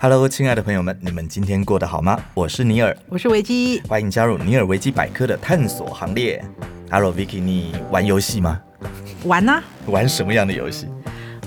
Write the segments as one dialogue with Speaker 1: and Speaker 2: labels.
Speaker 1: Hello，亲爱的朋友们，你们今天过得好吗？我是尼尔，
Speaker 2: 我是维基，
Speaker 1: 欢迎加入尼尔维基百科的探索行列。Hello Vicky，你玩游戏吗？
Speaker 2: 玩呐、
Speaker 1: 玩什么样的游戏？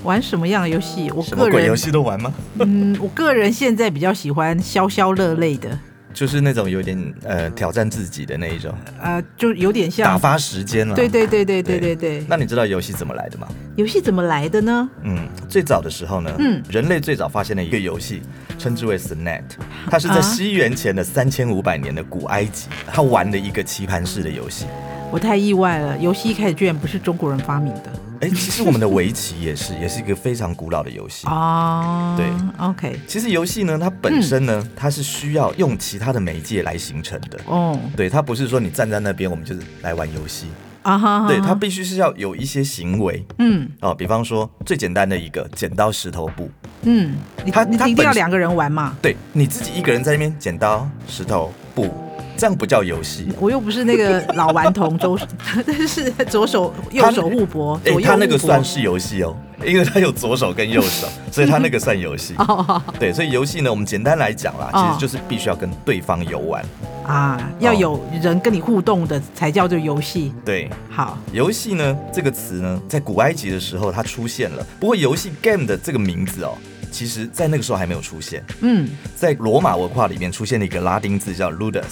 Speaker 2: 玩什么样的游戏？我
Speaker 1: 什么
Speaker 2: 个
Speaker 1: 鬼游
Speaker 2: 人，
Speaker 1: 戏都玩吗？
Speaker 2: 嗯，我个人现在比较喜欢消消乐类的，
Speaker 1: 就是那种有点呃挑战自己的那一种，
Speaker 2: 呃，就有点
Speaker 1: 打
Speaker 2: 像，
Speaker 1: 发时间了。
Speaker 2: 对对对对对
Speaker 1: 对
Speaker 2: 对对。
Speaker 1: 那你知道游戏怎么来的吗？
Speaker 2: 游戏怎么来的呢？
Speaker 1: 嗯，最早的时候呢，
Speaker 2: 嗯
Speaker 1: 人类最早发现了一个游戏，称之为 Snet，它是在
Speaker 2: 啊
Speaker 1: 西元前的三千五百年的古埃及，他玩的一个棋盘式的游戏。
Speaker 2: 我太意外了，游戏一开始居然不是中国人发明的
Speaker 1: 哎，其实我们的围棋也 是，也是一个非常古老的游戏。
Speaker 2: 啊
Speaker 1: 对
Speaker 2: ，OK，
Speaker 1: 其实游戏呢，它本身呢，
Speaker 2: 嗯
Speaker 1: 它是需要用其他的媒介来形成的。
Speaker 2: 哦，
Speaker 1: 对，它不是说你站在那边，我们就是来玩游戏。
Speaker 2: 啊哈哈，
Speaker 1: 对，它必须是要有一些行为
Speaker 2: 嗯
Speaker 1: 哦，比方说最简单的一个剪刀石头布，
Speaker 2: 嗯，你
Speaker 1: 它
Speaker 2: 你
Speaker 1: 它
Speaker 2: 一定
Speaker 1: 本
Speaker 2: 要
Speaker 1: 身
Speaker 2: 两个人玩嘛，
Speaker 1: 对，你自己一个人在那边剪刀石头布，这样不叫游戏。
Speaker 2: 我又不是那个老顽童， 周，但是左手右手互搏，
Speaker 1: 哎
Speaker 2: 左，右
Speaker 1: 它那
Speaker 2: 互
Speaker 1: 个
Speaker 2: 搏
Speaker 1: 算是游戏哦，因为它有左手跟右 手，所以它那个算游戏。对，所以游戏呢，我们简单来讲啦，
Speaker 2: 哦
Speaker 1: 其实就是必须要跟对方游玩。
Speaker 2: 啊，要
Speaker 1: 哦
Speaker 2: 有人跟你互动的才叫做游戏。
Speaker 1: 对，
Speaker 2: 好，
Speaker 1: 游戏呢这个词呢，在古埃及的时候它出现了，不过游戏 game 的这个名字哦，其实在那个时候还没有出现，
Speaker 2: 嗯
Speaker 1: 在罗马文化里面出现了一个拉丁字叫 ludus，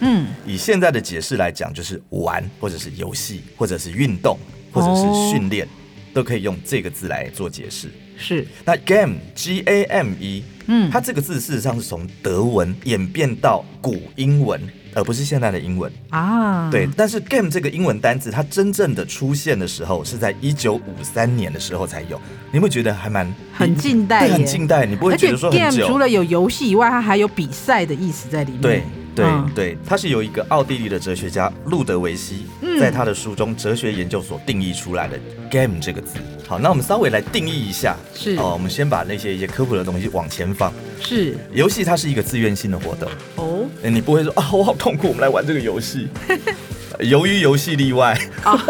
Speaker 2: 嗯，
Speaker 1: 以现在的解释来讲，就是玩或者是游戏或者是运动或者是训练，都可以用这个字来做解释。
Speaker 2: 是，
Speaker 1: 那 game G A M E，
Speaker 2: 嗯
Speaker 1: 它这个字事实上是从德文演变到古英文，而不是现在的英文。
Speaker 2: 啊，
Speaker 1: 对，，但是 game 这个英文单字，它真正的出现的时候是在一九五三年的时候才有。你会觉得还蛮
Speaker 2: 很近代
Speaker 1: 对，
Speaker 2: 耶
Speaker 1: 很近代，你不会
Speaker 2: 而
Speaker 1: 觉
Speaker 2: 且
Speaker 1: 得说很
Speaker 2: game 除
Speaker 1: 久。
Speaker 2: 了有游戏以外，它还有比赛的意思在里面。
Speaker 1: 对对
Speaker 2: 嗯
Speaker 1: 对，它是由一个奥地利的哲学家路德维希
Speaker 2: 嗯
Speaker 1: 在他的书中《哲学研究》所定义出来的 “game” 这个字。好，那我们稍微来定义一下。
Speaker 2: 是
Speaker 1: 哦，我们先把那些一些科普的东西往前放。
Speaker 2: 是
Speaker 1: 游戏它是一个自愿性的活动，
Speaker 2: 哦，
Speaker 1: 呃你不会说啊，我好痛苦，我们来玩这个游戏。 由于游戏例外，
Speaker 2: 啊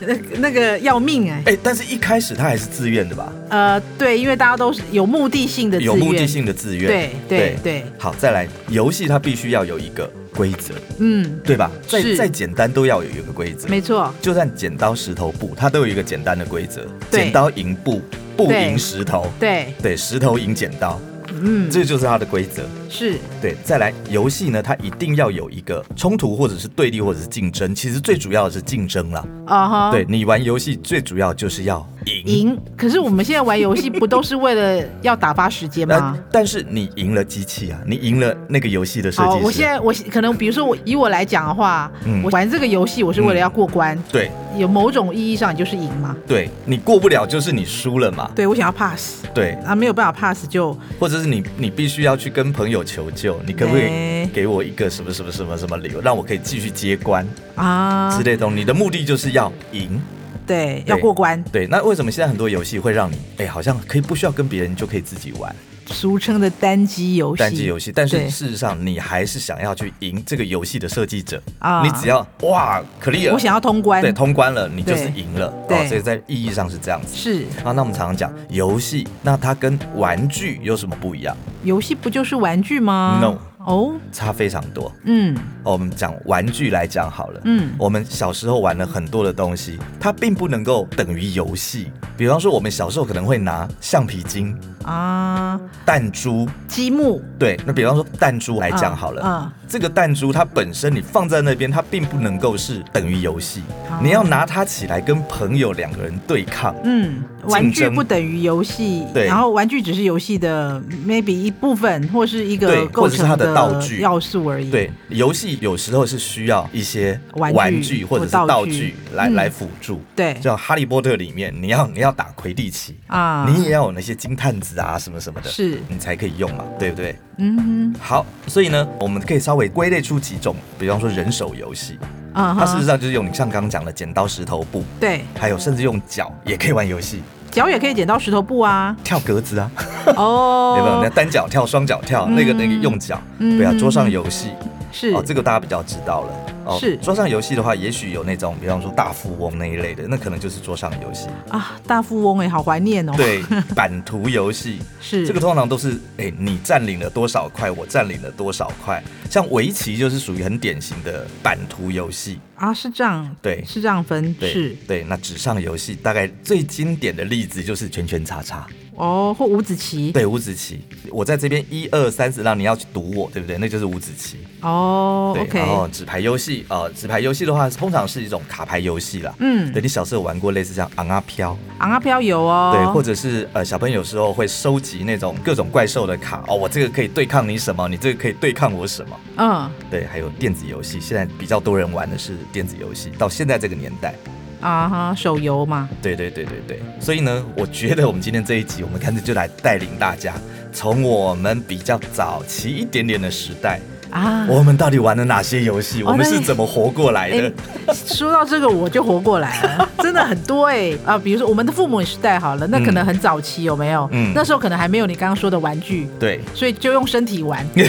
Speaker 2: 那那个要命哎、
Speaker 1: 哎、但是一开始它还是自愿的吧？
Speaker 2: 呃，对，因为大家都是有目的性的，
Speaker 1: 有目的，性的自愿。
Speaker 2: 对对对，
Speaker 1: 好，再来，游戏它必须要有一个规则，
Speaker 2: 嗯，
Speaker 1: 对吧？再
Speaker 2: 是
Speaker 1: 再简单都要有一个规则。
Speaker 2: 没错，
Speaker 1: 就算剪刀石头布，它都有一个简单的规则：
Speaker 2: 对
Speaker 1: 剪刀赢布，布
Speaker 2: 对
Speaker 1: 赢石头，
Speaker 2: 对，
Speaker 1: 对，石头赢剪刀，
Speaker 2: 嗯，
Speaker 1: 这就是它的规则。
Speaker 2: 是
Speaker 1: 对，再来游戏呢，它一定要有一个冲突或者是对立或者是竞争，其实最主要的是竞争啦。
Speaker 2: 啊哈，
Speaker 1: 对你玩游戏最主要就是要赢。
Speaker 2: 赢。可是我们现在玩游戏不都是为了要打发时间吗
Speaker 1: 那？但是你赢了机器啊，你赢了那个游戏的设
Speaker 2: 好，
Speaker 1: 计师。
Speaker 2: 我现在我可能比如说我以我来讲的话，
Speaker 1: 嗯
Speaker 2: 我玩这个游戏我是为了要过关，
Speaker 1: 对
Speaker 2: 有某种意义上你就是赢嘛。
Speaker 1: 对，你过不了就是你输了嘛。
Speaker 2: 对我想要 pass
Speaker 1: 对，
Speaker 2: 啊，没有办法 pass 就
Speaker 1: 或者是你你必须要去跟朋友求救，你可不可以
Speaker 2: 哎
Speaker 1: 给我一个什么什么什么什么理由，让我可以继续接关
Speaker 2: 啊
Speaker 1: 之，类的东西？你的目的就是要赢。
Speaker 2: 对，
Speaker 1: 对
Speaker 2: 要过关，
Speaker 1: 对，那为什么现在很多游戏会让你哎、好像可以不需要跟别人你就可以自己玩
Speaker 2: 俗称的单机游戏。
Speaker 1: 单机游戏？但是
Speaker 2: 对
Speaker 1: 事实上，你还是想要去赢这个游戏的设计者
Speaker 2: 啊
Speaker 1: 你只要哇 clear，
Speaker 2: 我想要通关，
Speaker 1: 啊对通关了，你就是
Speaker 2: 对
Speaker 1: 赢了。
Speaker 2: 对
Speaker 1: 所以在意义上是这样子。
Speaker 2: 是
Speaker 1: 啊，那我们常常讲游戏，那它跟玩具有什么不一样？
Speaker 2: 游戏不就是玩具吗
Speaker 1: No
Speaker 2: 哦，
Speaker 1: 差非常多。
Speaker 2: 嗯
Speaker 1: 哦我们讲玩具来讲好了，
Speaker 2: 嗯
Speaker 1: 我们小时候玩了很多的东西，它并不能够等于游戏。比方说，我们小时候可能会拿橡皮筋、
Speaker 2: 啊，
Speaker 1: 弹珠，
Speaker 2: 积木
Speaker 1: 对，那比方说弹珠来讲
Speaker 2: 嗯
Speaker 1: 好了。
Speaker 2: 嗯
Speaker 1: 这个弹珠它本身你放在那边，它并不能够是等于游戏。你要拿它起来跟朋友两个人对抗，
Speaker 2: 嗯，玩具不等于游戏，
Speaker 1: 对
Speaker 2: 然后玩具只是游戏的 maybe 一部分或是一
Speaker 1: 对
Speaker 2: 个
Speaker 1: 或
Speaker 2: 构
Speaker 1: 者是它
Speaker 2: 成
Speaker 1: 的道具
Speaker 2: 要素而已。
Speaker 1: 对，游戏有时候是需要一些
Speaker 2: 玩具
Speaker 1: 玩具或者是
Speaker 2: 或道
Speaker 1: 道
Speaker 2: 具
Speaker 1: 具来
Speaker 2: 嗯
Speaker 1: 来辅助。
Speaker 2: 对
Speaker 1: 像《哈利波特》里面，你要你要打魁地奇，
Speaker 2: 啊，
Speaker 1: 你也要有那些金探子啊什么什么的，
Speaker 2: 是
Speaker 1: 你才可以用嘛，对不对？
Speaker 2: 嗯
Speaker 1: 好，所以呢，我们可以稍微归类出几种，比方说人手游戏，
Speaker 2: 哼啊
Speaker 1: 它事实
Speaker 2: 哈，
Speaker 1: 上就是用你像刚刚讲的剪刀石头布，
Speaker 2: 对，
Speaker 1: 还有甚至用脚也可以玩游戏，
Speaker 2: 脚也可以剪刀石头布啊，
Speaker 1: 跳格子啊，
Speaker 2: 哦，
Speaker 1: 对吧？那单脚跳、双脚跳，那个那个用脚，
Speaker 2: 嗯
Speaker 1: 对啊，桌上游戏
Speaker 2: 是
Speaker 1: 哦，这个大家比较知道了。哦
Speaker 2: 是
Speaker 1: 桌上游戏的话，也许有那种，比方说大富翁那一类的，那可能就是桌上游戏。
Speaker 2: 啊，大富翁哎，好怀念哦。，
Speaker 1: 对，版图游戏，
Speaker 2: 是
Speaker 1: 这个通常都是，哎、你占领了多少块，我占领了多少块。像围棋就是属于很典型的版图游戏，
Speaker 2: 啊，是这样，
Speaker 1: 对
Speaker 2: 是这样分，
Speaker 1: 对
Speaker 2: 是
Speaker 1: 对。那纸上游戏大概最经典的例子就是圈圈叉叉，
Speaker 2: 哦，或五子棋，
Speaker 1: 对，五子棋。我在这边一二三四，让你要去赌我，对不对？那就是五子棋。
Speaker 2: 哦
Speaker 1: 对然后
Speaker 2: ，OK，
Speaker 1: 纸牌游戏，呃，纸牌游戏的话，通常是一种卡牌游戏啦。
Speaker 2: 嗯
Speaker 1: 对你小时候有玩过类似像昂啊飘，
Speaker 2: 昂啊飘有哦，
Speaker 1: 对，或者是呃，小朋友有时候会收集那种各种怪兽的卡哦，我这个可以对抗你什么，你这个可以对抗我什么。
Speaker 2: 嗯
Speaker 1: 对，还有电子游戏，现在比较多人玩的是电子游戏，到现在这个年代。
Speaker 2: 啊哈，手游嘛，
Speaker 1: 对对对对对，所以呢，我觉得我们今天这一集，我们干脆就来带领大家，从我们比较早期一点点的时代，
Speaker 2: 啊，
Speaker 1: 我们到底玩了哪些游戏，
Speaker 2: 哦
Speaker 1: 我们
Speaker 2: 那
Speaker 1: 是
Speaker 2: 你
Speaker 1: 怎么活过来
Speaker 2: 哎
Speaker 1: 的？，
Speaker 2: 说到这个我就活过来了，真的很多哎、啊，比如说我们的父母时代好了，那可能很早期有没有？
Speaker 1: 嗯
Speaker 2: 那时候可能还没有你刚刚说的玩具，
Speaker 1: 对，
Speaker 2: 所以就用身体 玩，体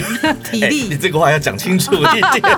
Speaker 1: 哎你
Speaker 2: 力、
Speaker 1: 这个话要讲清楚一 点。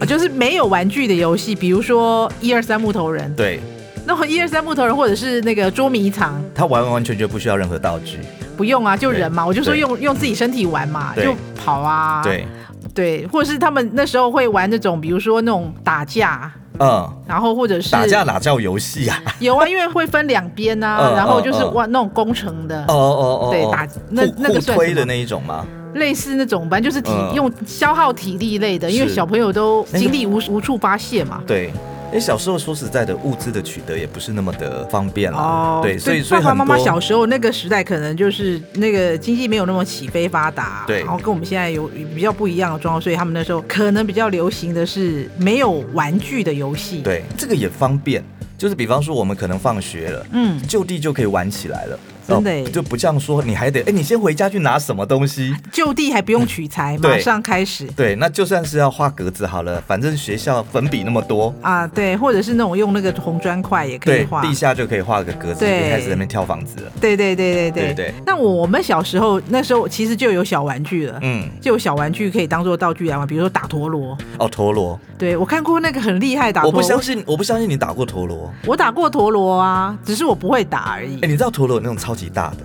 Speaker 2: 啊就是没有玩具的游戏，比如说一二三木头人，
Speaker 1: 对
Speaker 2: 那么一二三木头人或者是那个捉迷藏，
Speaker 1: 他完完全全不需要任何道具，
Speaker 2: 不用啊，就人嘛，
Speaker 1: 对
Speaker 2: 我就说用用自己身体玩嘛，
Speaker 1: 对
Speaker 2: 就跑啊，
Speaker 1: 对，
Speaker 2: 对，或者是他们那时候会玩那种，比如说那种打架，
Speaker 1: 嗯，
Speaker 2: 然后或者是
Speaker 1: 打架哪叫游戏呀？
Speaker 2: 有啊，因为会分两边啊，
Speaker 1: 嗯
Speaker 2: 然后就是
Speaker 1: 嗯嗯
Speaker 2: 玩那种工程的，
Speaker 1: 哦哦哦，
Speaker 2: 对
Speaker 1: 哦
Speaker 2: 打那
Speaker 1: 互
Speaker 2: 那个
Speaker 1: 互
Speaker 2: 算
Speaker 1: 推
Speaker 2: 什么
Speaker 1: 的那一种吗？
Speaker 2: 类似那种，反正就是体、
Speaker 1: 嗯
Speaker 2: 用消耗体力类的，因为
Speaker 1: 是
Speaker 2: 小朋友都
Speaker 1: 那个
Speaker 2: 精力无无处发泄嘛。
Speaker 1: 对。哎，小时候说实在的，物资的取得也不是那么的方便啦。啊对，所以所以
Speaker 2: 哦爸爸
Speaker 1: 很
Speaker 2: 妈妈
Speaker 1: 多
Speaker 2: 小时候那个时代，可能就是那个经济没有那么起飞发达，
Speaker 1: 对
Speaker 2: 然后跟我们现在有比较不一样的状况，所以他们那时候可能比较流行的是没有玩具的游戏。，
Speaker 1: 对这个也方便，就是比方说我们可能放学了，
Speaker 2: 嗯，
Speaker 1: 就地就可以玩起来了。哦
Speaker 2: 真的耶
Speaker 1: 就不像说你还得哎，你先回家去拿什么东 西。
Speaker 2: 就地还不用取材，
Speaker 1: 对
Speaker 2: 马上开始。
Speaker 1: 对，那就算是要画格子好了，反正学校粉笔那么多，
Speaker 2: 啊，对，或者是那种用那个红砖块也可以
Speaker 1: 对
Speaker 2: 画，，
Speaker 1: 地下就可以画个格子，就
Speaker 2: 对
Speaker 1: 开始在那边跳房子了。
Speaker 2: 对对对对
Speaker 1: 对
Speaker 2: 对
Speaker 1: 对
Speaker 2: 那我们小时候那时候其实就有小玩具了，
Speaker 1: 嗯，
Speaker 2: 就有小玩具可以当做道具来啊玩，比如说打陀螺。
Speaker 1: 哦，陀螺，
Speaker 2: 对我看过那个很厉害打
Speaker 1: 我
Speaker 2: 陀
Speaker 1: 不
Speaker 2: 螺，
Speaker 1: 相信，我不相信你打过陀螺。
Speaker 2: 我打过陀螺啊，只是我不会打而已
Speaker 1: 哎、。你知道陀螺有那种超级大的，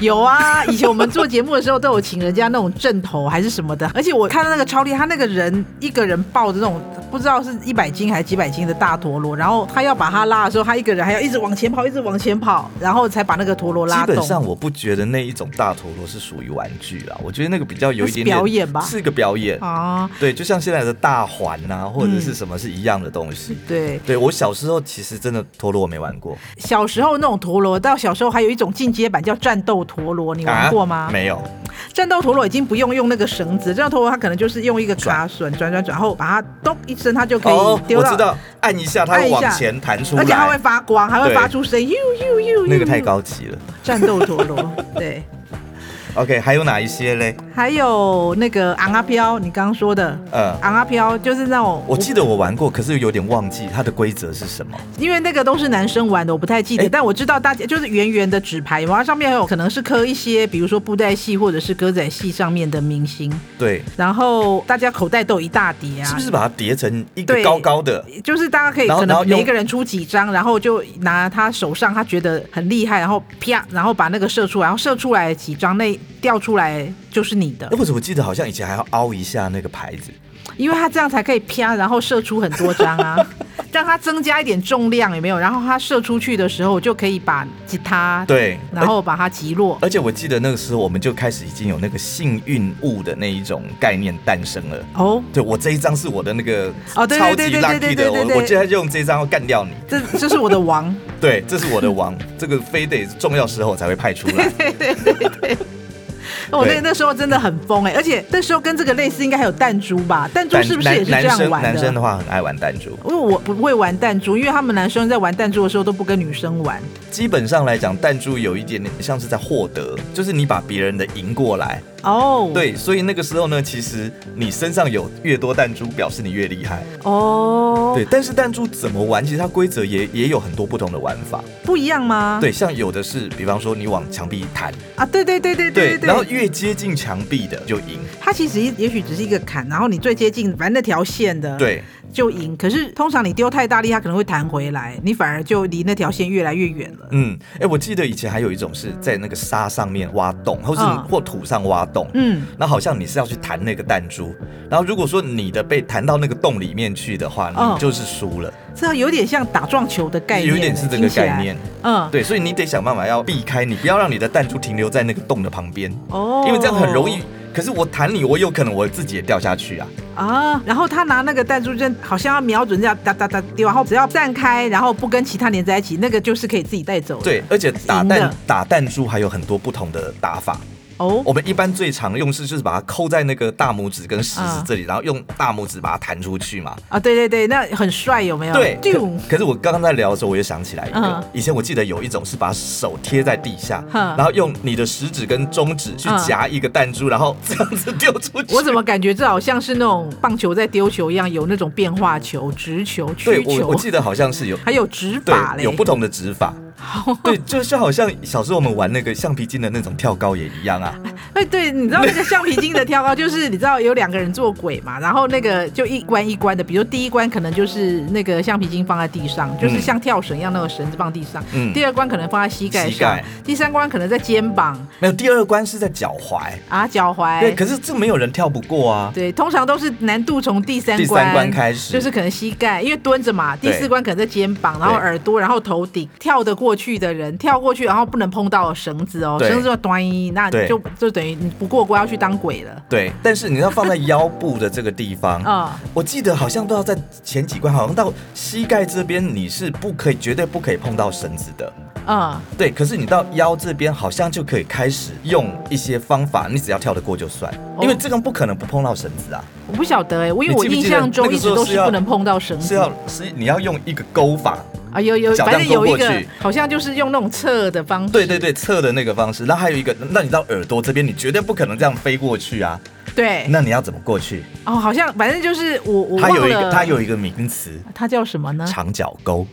Speaker 2: 有啊，以前我们做节目的时候都有请人家那种正头还是什么的，而且我看到那个超厉害，他那个人一个人抱着那种不知道是一百斤还是几百斤的大陀螺，然后他要把它拉的时候，他一个人还要一直往前跑，一直往前跑，然后才把那个陀螺拉
Speaker 1: 基
Speaker 2: 动。
Speaker 1: 本上我不觉得那一种大陀螺是属于玩具啦，我觉得那个比较有一点点
Speaker 2: 那是表演吧
Speaker 1: 是个表演。
Speaker 2: 啊，
Speaker 1: 对，就像现在的大环呐、或者是什么是一样的东西。
Speaker 2: 对，
Speaker 1: 对我小时候其实真的陀螺我没玩过，
Speaker 2: 小时候那种陀螺，到小时候还有一种进阶版叫战斗陀螺，你玩过吗？
Speaker 1: 啊没有，
Speaker 2: 战斗陀螺已经不用用那个绳子，战斗陀螺它可能就是用一个卡榫转转转，然后把它咚一声，它就可
Speaker 1: 哦
Speaker 2: 以，丢
Speaker 1: 我
Speaker 2: 到，
Speaker 1: 知道，按一下它
Speaker 2: 按
Speaker 1: 会
Speaker 2: 一下
Speaker 1: 往前弹出
Speaker 2: 而且它会
Speaker 1: 来，
Speaker 2: 发光，还会
Speaker 1: 对
Speaker 2: 发出声，呦呦呦呦，
Speaker 1: 那个太。高级了。
Speaker 2: 战斗陀螺，对，
Speaker 1: OK，还有哪一些嘞？
Speaker 2: 还有那个昂阿飘，你刚刚说的。
Speaker 1: 呃，
Speaker 2: 昂阿飘就是那种，
Speaker 1: 我记得我玩过，可是有点忘记它的规则是什么。
Speaker 2: 因为那个都是男生玩的，我不太记得，
Speaker 1: 哎
Speaker 2: 但我知道大家就是圆圆的纸牌，然后上面还有可能是刻一些，比如说布袋戏或者是歌仔戏上面的明星，
Speaker 1: 对，
Speaker 2: 然后大家口袋都有一大叠
Speaker 1: 是
Speaker 2: 啊
Speaker 1: 不，是把它叠成一个
Speaker 2: 对
Speaker 1: 高高的？
Speaker 2: 就是大家可以
Speaker 1: 然后
Speaker 2: 可
Speaker 1: 然后
Speaker 2: 能
Speaker 1: 用
Speaker 2: 每一个人出几张，然后就拿他手上他觉得很厉害，然后啪，然后把那个射出来，然后射出来几张那掉出来就是你的
Speaker 1: 哎，，或者我记得好像以前还要凹一下那个牌子。
Speaker 2: 因为他这样才可以啪，然后射出很多张 啊。让它增加一点重量有没有？然后它射出去的时候，就可以把吉他
Speaker 1: 对，
Speaker 2: 然后把它击落。
Speaker 1: 而且我记得那个时候，我们就开始已经有那个幸运物的那一种概念诞生了。
Speaker 2: 哦，
Speaker 1: 对我这一张是我的那个
Speaker 2: 哦对
Speaker 1: 超
Speaker 2: 对
Speaker 1: 级
Speaker 2: 对对
Speaker 1: lucky
Speaker 2: 对对
Speaker 1: 的，哦
Speaker 2: 对对
Speaker 1: 我
Speaker 2: 对
Speaker 1: 我现在用这张要干掉你。
Speaker 2: 这这是我的王，
Speaker 1: 对，这是我的 王，这个非得重要时候才会派出 来。
Speaker 2: 我、
Speaker 1: 对
Speaker 2: 哦那那时候真的很疯哎、而且那时候跟这个类似，应该还有弹珠吧？弹珠
Speaker 1: 但
Speaker 2: 是不是也
Speaker 1: 男
Speaker 2: 是这
Speaker 1: 男
Speaker 2: 样
Speaker 1: 生
Speaker 2: 玩
Speaker 1: 男
Speaker 2: 的
Speaker 1: 生？的话很爱玩弹珠，
Speaker 2: 因为我不会玩弹珠，因为他们男生在玩弹珠的时候都不跟女生玩。
Speaker 1: 基本上来讲，弹珠有一点点像是在获得，就是你把别人的赢过来，
Speaker 2: 哦，
Speaker 1: 对，所以那个时候呢，其实你身上有越多弹珠，表示你越厉害。
Speaker 2: 哦，
Speaker 1: 对，但是弹珠怎么玩，其实它规则也也有很多不同的玩法。
Speaker 2: 不一样吗？
Speaker 1: 对，像有的是，比方说你往墙壁弹，
Speaker 2: 啊，对对对对对
Speaker 1: 然后越接近墙壁的就赢。
Speaker 2: 它其实也许只是一个坎，然后你最接近反正那条线的，，
Speaker 1: 对，
Speaker 2: 就赢。可是通常你丢太大力，它可能会弹回来，你反而就离那条线越来越远了。
Speaker 1: 嗯，哎、我记得以前还有一种是在那个沙上面挖洞，或是、
Speaker 2: 嗯
Speaker 1: 或土上挖洞。
Speaker 2: 嗯，
Speaker 1: 那好像你是要去弹那个弹珠，然后如果说你的被弹到那个洞里面去的话，
Speaker 2: 嗯
Speaker 1: 你就是输了，
Speaker 2: 这有点像打撞球的概念，欸
Speaker 1: 有一点是这个
Speaker 2: 听起来
Speaker 1: 概。念。
Speaker 2: 嗯，
Speaker 1: 对，所以你得想办法要避开，你不要让你的弹珠停留在那个洞的旁边，
Speaker 2: 哦，
Speaker 1: 因为这样很容易。可是我弹你，我有可能我自己也掉下去啊。
Speaker 2: 啊。然后他拿那个弹珠针，好像要瞄准这样哒哒哒丢，然后只要散开，然后不跟其他连在一起，那个就是可以自己带走的。，
Speaker 1: 对，而且打
Speaker 2: 赢
Speaker 1: 弹
Speaker 2: 的
Speaker 1: 打弹珠还有很多不同的打法。
Speaker 2: 哦，
Speaker 1: 我们一般最常用是就是把它扣在那个大拇指跟食指
Speaker 2: 嗯
Speaker 1: 这里，然后用大拇指把它弹出去嘛。
Speaker 2: 啊，对对对，那很帅，有没有？
Speaker 1: 对，
Speaker 2: 啾
Speaker 1: 可可是我刚刚在聊的时候，我又想起来一个，
Speaker 2: 嗯
Speaker 1: 以前我记得有一种是把手贴在地下，
Speaker 2: 哼
Speaker 1: 然后用你的食指跟中指去
Speaker 2: 嗯
Speaker 1: 夹一个弹珠，然后这样子丢出去。
Speaker 2: 我怎么感觉这好像是那种棒球在丢球一样，有那种变化球、直球、
Speaker 1: 对
Speaker 2: 曲
Speaker 1: 我我
Speaker 2: 球，
Speaker 1: 记得好像是有
Speaker 2: 还有直
Speaker 1: 对
Speaker 2: 法嘞，
Speaker 1: 有不同的指法。对，就就好像小时候我们玩那个橡皮筋的那种跳高也一样啊。
Speaker 2: 哎，对，你知道那个橡皮筋 的跳高，就是你知道有两个人做鬼嘛，然后那个就一关一关的，比如第一关可能就是那个橡皮筋放在地上，就是像跳绳一样那个绳子放地上。
Speaker 1: 嗯，
Speaker 2: 第二关可能放在膝盖
Speaker 1: 膝
Speaker 2: 上，
Speaker 1: 盖
Speaker 2: 第三关可能在肩膀
Speaker 1: 没有第二关是在脚踝，
Speaker 2: 啊、脚
Speaker 1: 对，
Speaker 2: 踝。
Speaker 1: 可是这没有人跳不过啊。
Speaker 2: 对，通常都是难度从第三
Speaker 1: 第
Speaker 2: 关
Speaker 1: 三关开始
Speaker 2: 就是可能膝盖，因为蹲着嘛。第
Speaker 1: 对
Speaker 2: 四关可能在肩膀，然后
Speaker 1: 对
Speaker 2: 耳朵，然后头顶。跳得过去的人跳过去，然后不能碰到绳子哦，
Speaker 1: 对
Speaker 2: 绳子就端一，那
Speaker 1: 对
Speaker 2: 就就等于你不过关要去当鬼了。
Speaker 1: 对，但是你要放在腰部的这个地 方，
Speaker 2: 嗯，
Speaker 1: 我记得好像都要在前几关，好像到膝盖这边你是不可以，绝对不可以碰到绳子的。
Speaker 2: 嗯，
Speaker 1: 对，可是你到腰这边好像就可以开始用一些方法，你只要跳得过就算，因为这个不可能不碰到绳子啊，
Speaker 2: 我不晓得哎、我因为
Speaker 1: 你
Speaker 2: 我
Speaker 1: 记不记
Speaker 2: 印
Speaker 1: 得
Speaker 2: 象中
Speaker 1: 那
Speaker 2: 一
Speaker 1: 个时
Speaker 2: 直
Speaker 1: 候
Speaker 2: 都
Speaker 1: 是
Speaker 2: 是
Speaker 1: 要
Speaker 2: 不能碰到绳
Speaker 1: 是
Speaker 2: 子
Speaker 1: 要是你要用一个勾法，
Speaker 2: 啊，有有，
Speaker 1: 脚这
Speaker 2: 反
Speaker 1: 样
Speaker 2: 正有一
Speaker 1: 勾过
Speaker 2: 个
Speaker 1: 去
Speaker 2: 好像就是用那种侧的方式，
Speaker 1: 对对对，侧的那个方式，然后还有一个，那你到耳朵这边你绝对不可能这样飞过去啊，
Speaker 2: 对，
Speaker 1: 那你要怎么过去？
Speaker 2: 哦，好像反正就是我哎我
Speaker 1: 它
Speaker 2: 忘
Speaker 1: 有一个
Speaker 2: 了嗯
Speaker 1: 它有一个名词，
Speaker 2: 它叫什么 呢？
Speaker 1: 长脚勾，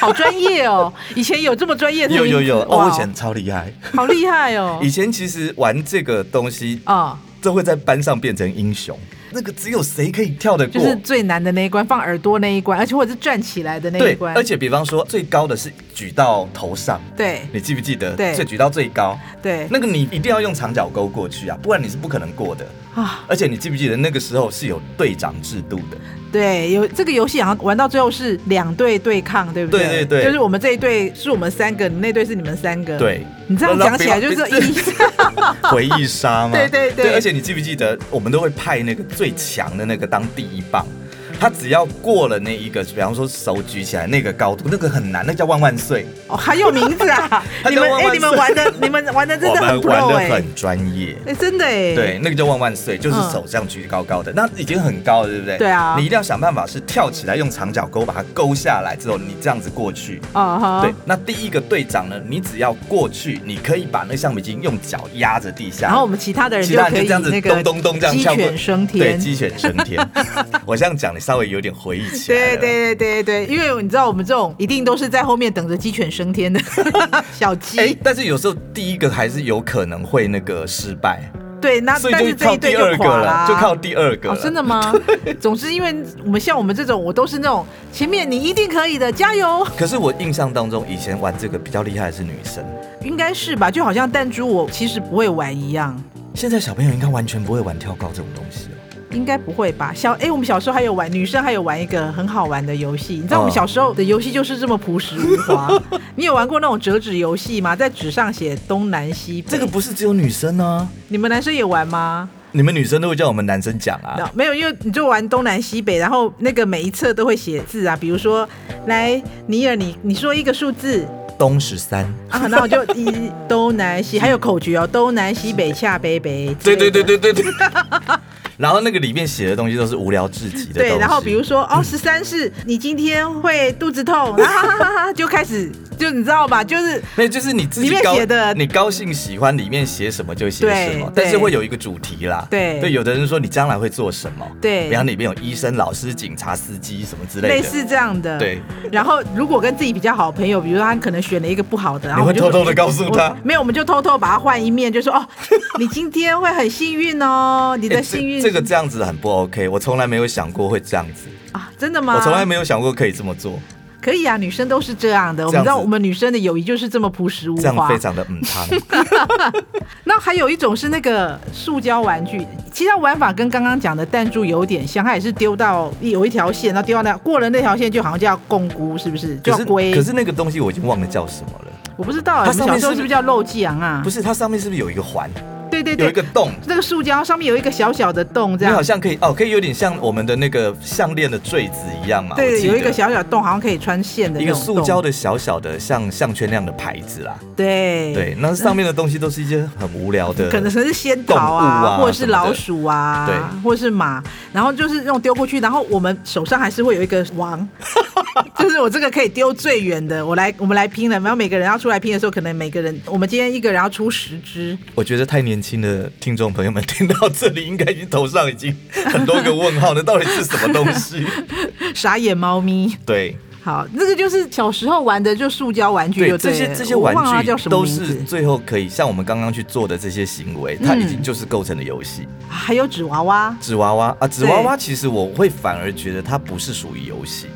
Speaker 2: 好专业哦，以前有这么专业的
Speaker 1: 有有
Speaker 2: 哎名字
Speaker 1: 有，
Speaker 2: 哇
Speaker 1: 哦，我以前超厉害，
Speaker 2: 好厉害哦
Speaker 1: 以，前其实玩这个东西
Speaker 2: 啊、
Speaker 1: 这会在班上变成英雄，那个只有谁可以跳得过。
Speaker 2: 就是最难的那一关，放耳朵那一关，而且或者是站起来的那一
Speaker 1: 对，
Speaker 2: 关，
Speaker 1: 而且比方说最高的是举到头上，
Speaker 2: 对
Speaker 1: 你记不记得？
Speaker 2: 对哎
Speaker 1: 最举到最高，
Speaker 2: 对
Speaker 1: 那个你一定要用长脚勾过去啊，不然你是不可能过的。
Speaker 2: 啊，
Speaker 1: 而且你记不记得那个时候是有队长制度的？
Speaker 2: 对，有这个游戏好像玩到最后是两队对抗，对不对？
Speaker 1: 对对对
Speaker 2: 就是我们这一队是我们三个，你那队是你们三个。，
Speaker 1: 对，
Speaker 2: 你这样讲起来就是
Speaker 1: 那
Speaker 2: 一，
Speaker 1: 回忆杀嘛。
Speaker 2: 对对对
Speaker 1: 而且你记不记得我们都会派那个最强的那个当第一棒？他只要过了那一个，比方说手举起来那个高度，那个很难，那叫万万岁。！
Speaker 2: 哦，还有名字啊
Speaker 1: 他
Speaker 2: 你
Speaker 1: 叫
Speaker 2: 们
Speaker 1: 万
Speaker 2: 哎，
Speaker 1: 万
Speaker 2: 你们
Speaker 1: 岁
Speaker 2: 玩的，你们玩的真
Speaker 1: 我
Speaker 2: 的很
Speaker 1: 们玩
Speaker 2: pro 哎、
Speaker 1: 的很专业。
Speaker 2: 哎，真的哎。
Speaker 1: 对，。那个叫万万岁，就是手这样举高高的，那已经很高了，对不对？
Speaker 2: 对啊
Speaker 1: 你一定要想办法是跳起来，用长脚勾把它勾下来之后，你这样子过去。
Speaker 2: 啊哈。
Speaker 1: 对，那第一个队长呢，你只要过去，你可以把那橡皮筋用脚压着地下，
Speaker 2: 然后我们其他的人
Speaker 1: 其
Speaker 2: 就
Speaker 1: 他人
Speaker 2: 可
Speaker 1: 就
Speaker 2: 以
Speaker 1: 这样子
Speaker 2: 那个
Speaker 1: 咚咚咚这样
Speaker 2: 鸡
Speaker 1: 跳过
Speaker 2: 犬升
Speaker 1: 对
Speaker 2: 天。
Speaker 1: 鸡犬升 天。我这样讲，你稍微有点回忆起来
Speaker 2: 对
Speaker 1: 了。
Speaker 2: 对对对对，因为你知道我们这种一定都是在后面等着鸡犬升天的小鸡。
Speaker 1: 哎，但是有时候第一个还是有可能会那个失败，
Speaker 2: 对，那
Speaker 1: 所以
Speaker 2: 但是
Speaker 1: 就
Speaker 2: 这
Speaker 1: 靠
Speaker 2: 一队
Speaker 1: 第
Speaker 2: 就
Speaker 1: 二个
Speaker 2: 垮啦
Speaker 1: 了，就靠第二个
Speaker 2: 哦
Speaker 1: 了。，
Speaker 2: 真的吗？总之，因为我们像我们这种，我都是那种前面你一定可以的，加油，
Speaker 1: 可是我印象当中，以前玩这个比较厉害的是女生。
Speaker 2: 应该是吧？就好像弹珠我其实不会玩一样，
Speaker 1: 现在小朋友应该完全不会玩跳高这种东西哦。
Speaker 2: 应该不会吧？小哎、我们小时候还有玩，女生还有玩一个很好玩的游戏，你知道
Speaker 1: 嗯
Speaker 2: 我们小时候的游戏就是这么朴实无华。 你有玩过那种折纸游戏吗？在纸上写东南西北，
Speaker 1: 这个不是只有女生啊，
Speaker 2: 你们男生也玩吗？
Speaker 1: 你们女生都会叫我们男生讲啊。
Speaker 2: 没有，因为你就玩东南西北，然后那个每一侧都会写字啊，比如说来尼尔，你你说一个数字，
Speaker 1: 东十三，
Speaker 2: 啊，那我就一东南西，还有口诀哦，东南西北恰北北。
Speaker 1: 对对对。对对 对。然后那个里面写的东西都是无聊至极的东西。嗯
Speaker 2: 对，然后比如说哦，十三是你今天会肚子痛，啊哈哈哈哈，就开始就你知道吧？就是
Speaker 1: 那就是你自己
Speaker 2: 里面
Speaker 1: 高
Speaker 2: 写的
Speaker 1: 你高兴喜欢里面写什么就写
Speaker 2: 对
Speaker 1: 什么，
Speaker 2: 对
Speaker 1: 但是会有一个主题啦。
Speaker 2: 对
Speaker 1: 对，有的人说你将来会做什么？
Speaker 2: 对
Speaker 1: 比方里面有医生、老师、警察、司机什么之类的。
Speaker 2: 类似这样的。
Speaker 1: 对。
Speaker 2: 然后如果跟自己比较好的朋友，比如说他可能选了一个不好的，然后
Speaker 1: 你会
Speaker 2: 我们就
Speaker 1: 偷偷地告诉他
Speaker 2: 我没有，我们就偷偷把他换一面，就 说哦，你今天会很幸运哦，你
Speaker 1: 哎
Speaker 2: 的
Speaker 1: 这
Speaker 2: 幸运、
Speaker 1: 这个这样子很不 OK，我从来没有想过会这样子，
Speaker 2: 啊，真的吗？
Speaker 1: 我从来没有想过可以这么做，
Speaker 2: 可以啊，女生都是这样的。我
Speaker 1: 这样
Speaker 2: 们知
Speaker 1: 子
Speaker 2: 道，我们女生的友谊就是这么朴实无
Speaker 1: 这样
Speaker 2: 华
Speaker 1: 非。常的嗯，他
Speaker 2: 那还有一种是那个塑胶玩具，其实它玩法跟刚刚讲的弹珠有点像，它也是丢到有一条线，然后丢到那过了那条线就好像叫共估，是不是？
Speaker 1: 可
Speaker 2: 叫
Speaker 1: 是
Speaker 2: 龟？
Speaker 1: 可是那个东西我已经忘了叫什么了，
Speaker 2: 我不知道，
Speaker 1: 它
Speaker 2: 我们
Speaker 1: 上
Speaker 2: 小
Speaker 1: 面
Speaker 2: 时候
Speaker 1: 是
Speaker 2: 是
Speaker 1: 不是
Speaker 2: 不是叫漏气羊啊
Speaker 1: 不？是它上面是不是有一个环，
Speaker 2: 对对
Speaker 1: 有一个
Speaker 2: 对，
Speaker 1: 洞？
Speaker 2: 那个塑胶上面有一个小小的洞，这
Speaker 1: 你
Speaker 2: 样
Speaker 1: 好像可以哦，可以有点像我们的那个项链的坠子一样嘛，我
Speaker 2: 对，
Speaker 1: 记得
Speaker 2: 有一个小小的洞，好像可以穿线的
Speaker 1: 一
Speaker 2: 那
Speaker 1: 个
Speaker 2: 种
Speaker 1: 塑胶
Speaker 2: 的，
Speaker 1: 的小小的像项圈那样的牌子啦，
Speaker 2: 对
Speaker 1: 对，那上面的东西都是一些很无聊的，
Speaker 2: 可能是仙桃啊，
Speaker 1: 动物啊
Speaker 2: 或者是老鼠啊，
Speaker 1: 什么的
Speaker 2: 或者是马，然后就是那种丢过去，然后我们手上还是会有一个 王，就是我这个可以丢最远的，我来我们来拼了，然后每个人要出来拼的时候，可能每个人我们今天一个人要出十只，
Speaker 1: 我觉得太年轻的听众朋友们听到这里，应该已经头上已经很多个问号了，到底是什么东 西？
Speaker 2: 傻眼猫咪。
Speaker 1: 对
Speaker 2: 好，这个就是小时候玩的，就塑胶玩具就
Speaker 1: 对，
Speaker 2: 对
Speaker 1: 这
Speaker 2: 了，
Speaker 1: 些这些
Speaker 2: 我
Speaker 1: 玩
Speaker 2: 忘了它叫
Speaker 1: 具
Speaker 2: 什么
Speaker 1: 都
Speaker 2: 名
Speaker 1: 是
Speaker 2: 字，嗯
Speaker 1: 最后可以像我们刚刚去做的这些行为，它已经就是构成了游戏。
Speaker 2: 还有纸娃娃
Speaker 1: 纸娃娃啊，纸娃娃其实我会反而觉得它不是属于游戏，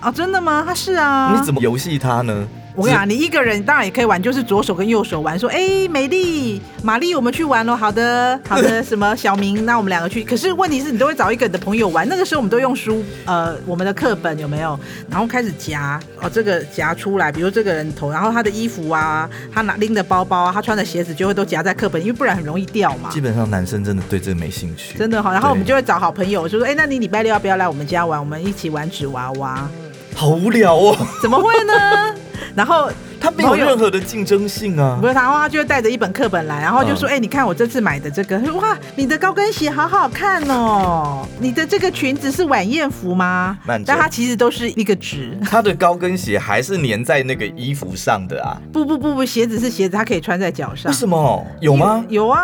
Speaker 2: 啊，真的吗？它是啊，
Speaker 1: 你怎么游戏它呢？
Speaker 2: 我跟你讲，你一个人当然也可以玩，就是左手跟右手玩，说，哎、美丽、玛丽，我们去玩哦喽。好的，好的，什么小明，那我们两个去。可是问题是你都会找一个你的朋友玩，那个时候我们都用书，呃，我们的课本有没有？然后开始夹，哦，这个夹出来，比如这个人头，然后他的衣服啊，他拿拎的包包啊，他穿的鞋子就会都夹在课本，因为不然很容易掉嘛
Speaker 1: 基。本上男生真的对这个没兴趣，
Speaker 2: 真的哈、然后我们
Speaker 1: 对
Speaker 2: 就会找好朋友，就说，哎、那你礼拜六要不要来我们家玩？我们一起玩纸娃娃？
Speaker 1: 好无聊哦，
Speaker 2: 怎么会呢？ 然后
Speaker 1: 它没有任何的竞争性啊
Speaker 2: 不。是，然后他就会带着一本课本来，然后就说：“哎、你看我这次买的这个，他说哇，你的高跟鞋好好看哦，你的这个裙子是晚宴服吗？”
Speaker 1: 慢着
Speaker 2: 但它其实都是一个纸，
Speaker 1: 它的高跟鞋还是粘在那个衣服上的啊？
Speaker 2: 不不不不，鞋子是鞋子，它可以穿在脚上
Speaker 1: 为。什么？有吗？
Speaker 2: 有啊，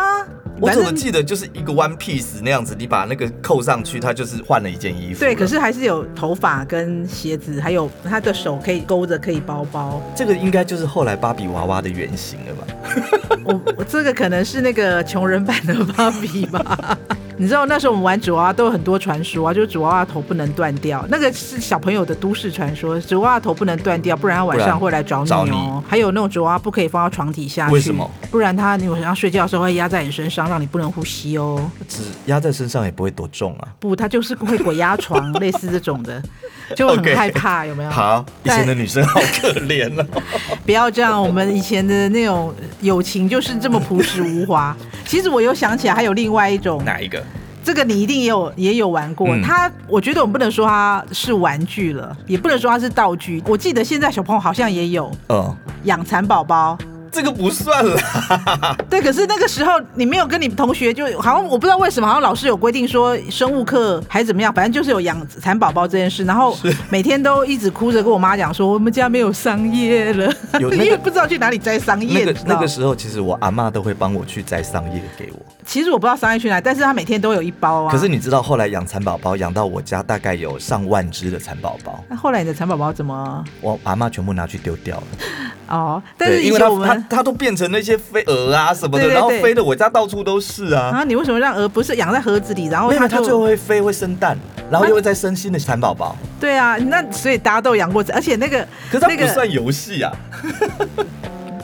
Speaker 1: 我
Speaker 2: 反
Speaker 1: 怎么
Speaker 2: 正
Speaker 1: 记得就是一个 one piece 那样子，你把那个扣上去，它就是换了一件衣服了。
Speaker 2: 对，可是还是有头发跟鞋子，还有他的手可以勾着，可以包包。
Speaker 1: 这个应该就是后来芭比娃娃的原型了吧？
Speaker 2: 我我这个可能是那个穷人版的芭比 吧。你知道那时候我们玩纸娃娃都有很多传说啊，就是纸娃娃头不能断掉，那个是小朋友的都市传说，纸娃娃头不能断掉，不然他晚上会来找你
Speaker 1: 找
Speaker 2: 哦、
Speaker 1: 你
Speaker 2: 还有那种纸娃娃不可以放到床底下去，
Speaker 1: 为什么？
Speaker 2: 不然他你晚上睡觉的时候会压在你身上，让你不能呼吸哦。
Speaker 1: 纸压在身上也不会多重啊。
Speaker 2: 不，他就是会滚压床，类似这种 的，就很
Speaker 1: OK
Speaker 2: 害怕有没有？
Speaker 1: 好，以
Speaker 2: 但
Speaker 1: 前的女生好可怜哦。
Speaker 2: 不要这样，我们以前的那种友情就是这么朴实无华。其实我又想起来，还有另外一种
Speaker 1: 哪一个？
Speaker 2: 这个你一定也有也有玩过，
Speaker 1: 嗯
Speaker 2: 它我觉得我们不能说它是玩具了，也不能说它是道具。我记得现在小朋友好像也有
Speaker 1: 嗯，
Speaker 2: 养蚕宝宝，
Speaker 1: 这个不算啦。
Speaker 2: 对，可是那个时候你没有跟你同学就，好像我不知道为什么，好像老师有规定说生物课还是怎么样，反正就是有养蚕宝宝这件事，然后每天都一直哭着跟我妈讲说我们家没有桑叶 了，
Speaker 1: 有那个
Speaker 2: 因为不知道去哪里摘桑叶。
Speaker 1: 那个
Speaker 2: 你知道
Speaker 1: 那个时候，其实我阿嬷都会帮我去摘桑叶给我。
Speaker 2: 其实我不知道桑叶去哪，但是他每天都有一包啊。
Speaker 1: 可是你知道，后来养蚕宝宝养到我家大概有上万只的蚕宝宝，
Speaker 2: 那后来你的蚕宝宝怎么？
Speaker 1: 我阿嬷全部拿去丢掉 了。
Speaker 2: 哦，但是
Speaker 1: 对
Speaker 2: 以
Speaker 1: 因为
Speaker 2: 前我
Speaker 1: 它它
Speaker 2: 们。
Speaker 1: 它都变成那些飞蛾啊什么的，
Speaker 2: 对对对
Speaker 1: 然后飞的我家到处都是啊。
Speaker 2: 啊，你为什么让鹅不是养在盒子里，然后
Speaker 1: 没有，
Speaker 2: 它
Speaker 1: 它
Speaker 2: 就
Speaker 1: 最后会飞，会生蛋，然后又会再生新的蚕宝宝。
Speaker 2: 对啊？那所以大家都有养过，而且那个
Speaker 1: 可是它
Speaker 2: 那
Speaker 1: 不
Speaker 2: 个
Speaker 1: 算游戏啊，